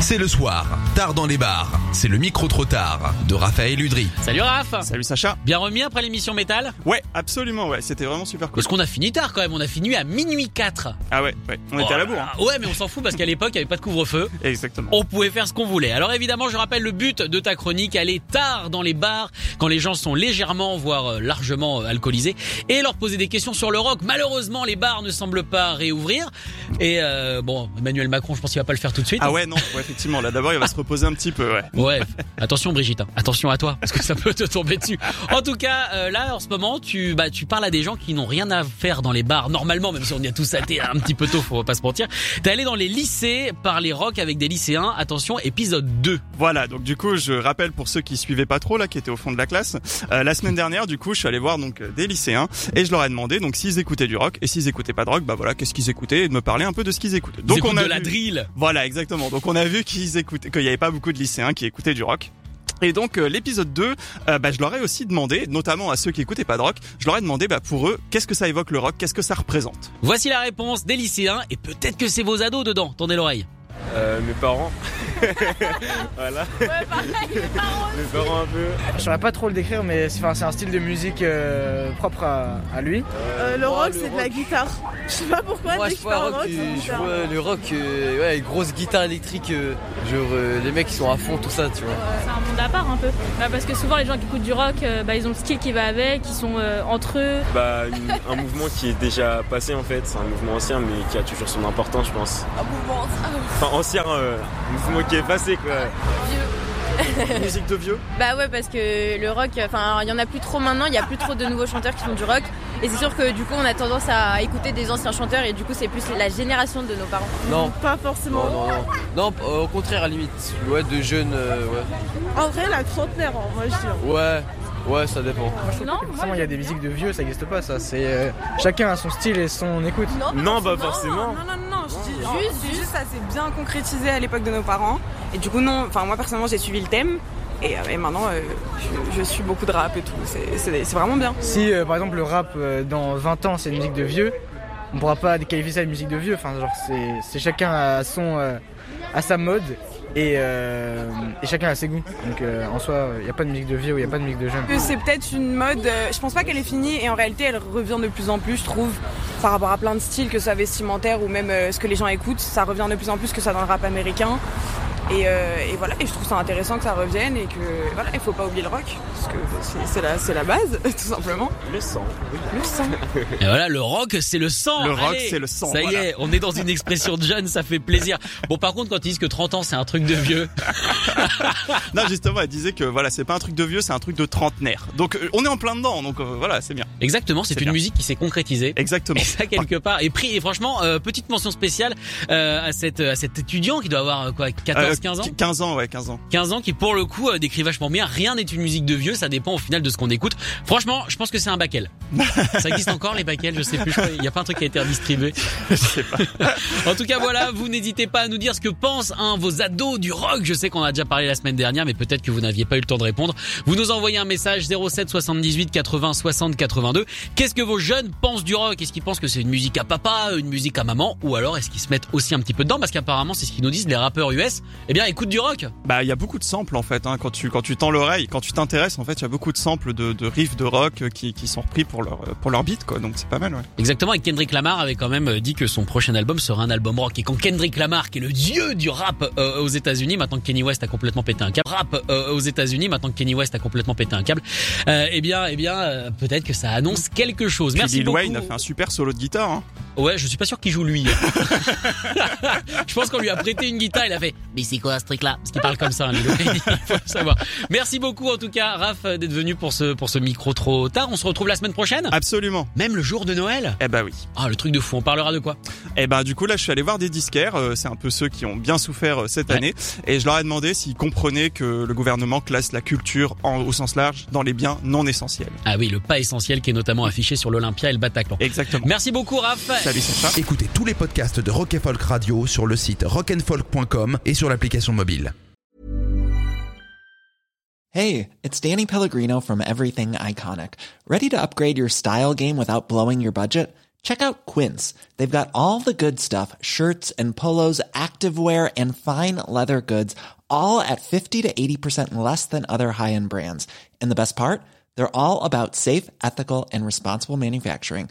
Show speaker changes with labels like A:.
A: C'est le soir, tard dans les bars. C'est le micro trop tard de Raphaël Udry.
B: Salut Raph
C: Salut Sacha
B: Bien remis après l'émission métal
C: Ouais, absolument, ouais, c'était vraiment super cool.
B: Parce qu'on a fini tard quand même, on a fini à minuit 4.
C: Ah ouais, ouais, on était à la bourre. hein.
B: Ouais mais on s'en fout parce qu'à l'époque il n'y avait pas de couvre-feu.
C: Exactement.
B: On pouvait faire ce qu'on voulait. Alors évidemment, je rappelle le but de ta chronique, aller tard dans les bars quand les gens sont légèrement, voire euh, largement euh, alcoolisés, et leur poser des questions sur le rock. Malheureusement, les bars ne semblent pas réouvrir. Et euh, bon, Emmanuel Macron, je pense qu'il va pas le faire tout de suite.
C: Ah ouais, non, ouais, effectivement, là d'abord il va se reposer un petit peu, ouais.
B: Ouais, attention Brigitte, hein. attention à toi, parce que ça peut te tomber dessus. En tout cas, euh, là en ce moment, tu bah tu parles à des gens qui n'ont rien à faire dans les bars normalement, même si on y a tous été un petit peu tôt, faut pas se mentir. T'es allé dans les lycées parler rock avec des lycéens. Attention, épisode 2.
C: Voilà, donc du coup, je rappelle pour ceux qui suivaient pas trop là, qui étaient au fond de la classe, euh, la semaine dernière, du coup, je suis allé voir donc euh, des lycéens et je leur ai demandé donc s'ils écoutaient du rock et s'ils écoutaient pas de rock, bah voilà, qu'est-ce qu'ils écoutaient et de me parler un peu de ce qu'ils écoutaient. Donc
B: Ils écoutent
C: on a
B: de la
C: vu-
B: drill.
C: Voilà, exactement. Donc on a vu qu'ils écoutaient, qu'il n'y avait pas beaucoup de lycéens qui écoutaient du rock. Et donc euh, l'épisode 2, euh, bah, je leur ai aussi demandé, notamment à ceux qui écoutaient pas de rock, je leur ai demandé bah, pour eux, qu'est-ce que ça évoque le rock, qu'est-ce que ça représente.
B: Voici la réponse des lycéens et peut-être que c'est vos ados dedans. Tendez l'oreille.
D: Euh, mes parents. voilà. mes parents un peu.
E: Je saurais pas trop le décrire, mais c'est enfin, c'est un style de musique euh, propre à, à lui.
F: Euh, le rock, c'est de la guitare. Je sais pas pourquoi,
G: Moi,
F: dès
G: je
F: que
G: suis
F: je
G: pas
F: parle
G: rock,
F: rock,
G: euh,
F: c'est
G: je
F: bizarre.
G: vois le rock, euh, ouais, grosse guitare électrique, euh, genre euh, les mecs qui sont à fond, tout ça, tu vois.
H: C'est un monde à part un peu. Bah, parce que souvent les gens qui écoutent du rock, euh, bah, ils ont le skill qui va avec, ils sont euh, entre eux.
D: Bah, une- un mouvement qui est déjà passé en fait, c'est un mouvement ancien mais qui a toujours son importance, je pense.
F: Un mouvement
D: Enfin, ancien, euh, un mouvement qui est passé quoi. Musique de vieux
I: Bah ouais parce que le rock, enfin il y en a plus trop maintenant, il y a plus trop de nouveaux chanteurs qui font du rock et c'est sûr que du coup on a tendance à écouter des anciens chanteurs et du coup c'est plus la génération de nos parents.
G: Non,
F: Pas forcément.
G: non, non, non. Non, p- euh, au contraire, à la limite. Ouais, de jeunes, euh, ouais.
F: En vrai, la trentenaire,
J: hein,
F: en vrai, je dirais.
G: Ouais, ouais, ça dépend.
H: Non,
E: Forcément, il y a des musiques de vieux, ça n'existe pas, ça. C'est euh, chacun a son style et son écoute.
D: Non, bah forcément.
J: Non, non, non, je dis
I: Juste,
J: juste,
I: juste.
J: juste, ça s'est bien concrétisé à l'époque de nos parents. Et du coup, non, enfin, moi personnellement, j'ai suivi le thème. Et, euh, et maintenant, euh, je, je suis beaucoup de rap et tout. C'est- C'est c'est vraiment bien.
E: Si euh, par exemple le rap euh, dans 20 ans c'est une musique de vieux, on pourra pas qualifier ça de musique de vieux. Enfin, genre, c'est- c'est chacun à son. euh, à sa mode. Et, euh, et chacun a ses goûts. Donc euh, en soi, il n'y a pas de musique de vieux ou il n'y a pas de musique de jeune.
J: Que C'est peut-être une mode, euh, je pense pas qu'elle est finie. Et en réalité, elle revient de plus en plus, je trouve, par rapport à plein de styles, que ce soit vestimentaire ou même euh, ce que les gens écoutent. Ça revient de plus en plus, que ça dans le rap américain. Et, euh, et voilà, et je trouve ça intéressant que ça revienne et que voilà, il faut pas oublier le rock, parce que c'est- c'est la, c'est la base, tout simplement. hein.
D: Le sang.
J: Le sang.
B: Et voilà, le rock, c'est le sang.
C: Le rock,
B: Allez,
C: c'est le sang,
B: Ça y
C: voilà.
B: est, on est dans une expression de jeune, ça fait plaisir. Bon, par contre, quand ils disent que 30 ans, c'est un truc de vieux.
C: Non, justement, elle disait que voilà, c'est pas un truc de vieux, c'est un truc de trentenaire. Donc euh, on est en plein dedans, donc euh, voilà, c'est bien.
B: Exactement, c'est
C: C'est
B: une
C: bien.
B: musique qui s'est concrétisée.
C: Exactement.
B: Et ça quelque part et pris et franchement euh, petite mention spéciale euh, à cette à cet étudiant qui doit avoir euh, quoi 14 15 ans
C: Euh, 15 ans, ouais, 15 ans.
B: 15 ans qui pour le coup euh, décrit vachement bien rien n'est une musique de vieux ça dépend au final de ce qu'on écoute franchement je pense que c'est un baquel ça existe encore les baquels je sais plus je crois, il y a pas un truc qui a été redistribué
C: Je sais pas.
B: en tout cas, voilà, vous n'hésitez pas à nous dire ce que pensent hein, vos ados du rock. Je sais qu'on a déjà parlé la semaine dernière, mais peut-être que vous n'aviez pas eu le temps de répondre. Vous nous envoyez un message 07 78 80 60 82. Qu'est-ce que vos jeunes pensent du rock Est-ce qu'ils pensent que c'est une musique à papa, une musique à maman Ou alors est-ce qu'ils se mettent aussi un petit peu dedans Parce qu'apparemment, c'est ce qu'ils nous disent, les rappeurs US, eh bien, écoutent du rock.
C: Bah, il y a beaucoup de samples en fait. Hein, quand tu quand tu tends l'oreille, quand tu t'intéresses, en fait, il y a beaucoup de samples de, de riffs de rock euh, qui, qui sont repris pour leur euh, pour leur beat, quoi. Donc c'est pas mal, ouais.
B: Exactement, et Kendrick Lamar avait quand même euh, dit que son prochain album sera un album rock. Et quand Kendrick Lamar, qui est le dieu du rap euh, aux États-Unis, maintenant que Kenny West a complètement pété un câble, rap euh, aux États-Unis, maintenant que Kenny West a complètement pété un câble, euh, eh bien, eh bien, euh, peut-être que ça annonce quelque chose.
C: Puis
B: Merci
C: Lil
B: beaucoup.
C: Wayne a fait un super solo de guitare. Hein.
B: Ouais, je suis pas sûr qu'il joue lui. je pense qu'on lui a prêté une guitare, il a fait Mais c'est quoi ce truc là Parce qu'il parle comme ça, hein, Lilo. Il faut le savoir. Merci beaucoup en tout cas, Raph, euh, d'être venu pour ce, pour ce micro trop tard. On se retrouve la semaine prochaine
C: Absolument.
B: Même le jour de Noël
C: Eh bah oui.
B: Ah, le truc de fou, on parlera de quoi
C: Eh ben du coup là je suis allé voir des disquaires, euh, c'est un peu ceux qui ont bien souffert euh, cette
B: Ouais.
C: année, et je leur ai demandé s'ils comprenaient que le gouvernement classe la culture en- au sens large dans les biens non essentiels.
B: Ah oui, le pas essentiel qui est notamment affiché sur l'Olympia et le Bataclan.
C: Exactement.
B: Merci beaucoup, Raph.
C: Salut Sacha.
A: Écoutez tous les podcasts de Rock and Folk Radio sur le site rockandfolk.com et sur l'application mobile.
K: Hey, it's Danny Pellegrino from Everything Iconic. Ready to upgrade your style game without blowing your budget? Check out Quince. They've got all the good stuff shirts and polos, activewear, and fine leather goods, all at 50 to 80% less than other high end brands. And the best part? They're all about safe, ethical, and responsible manufacturing.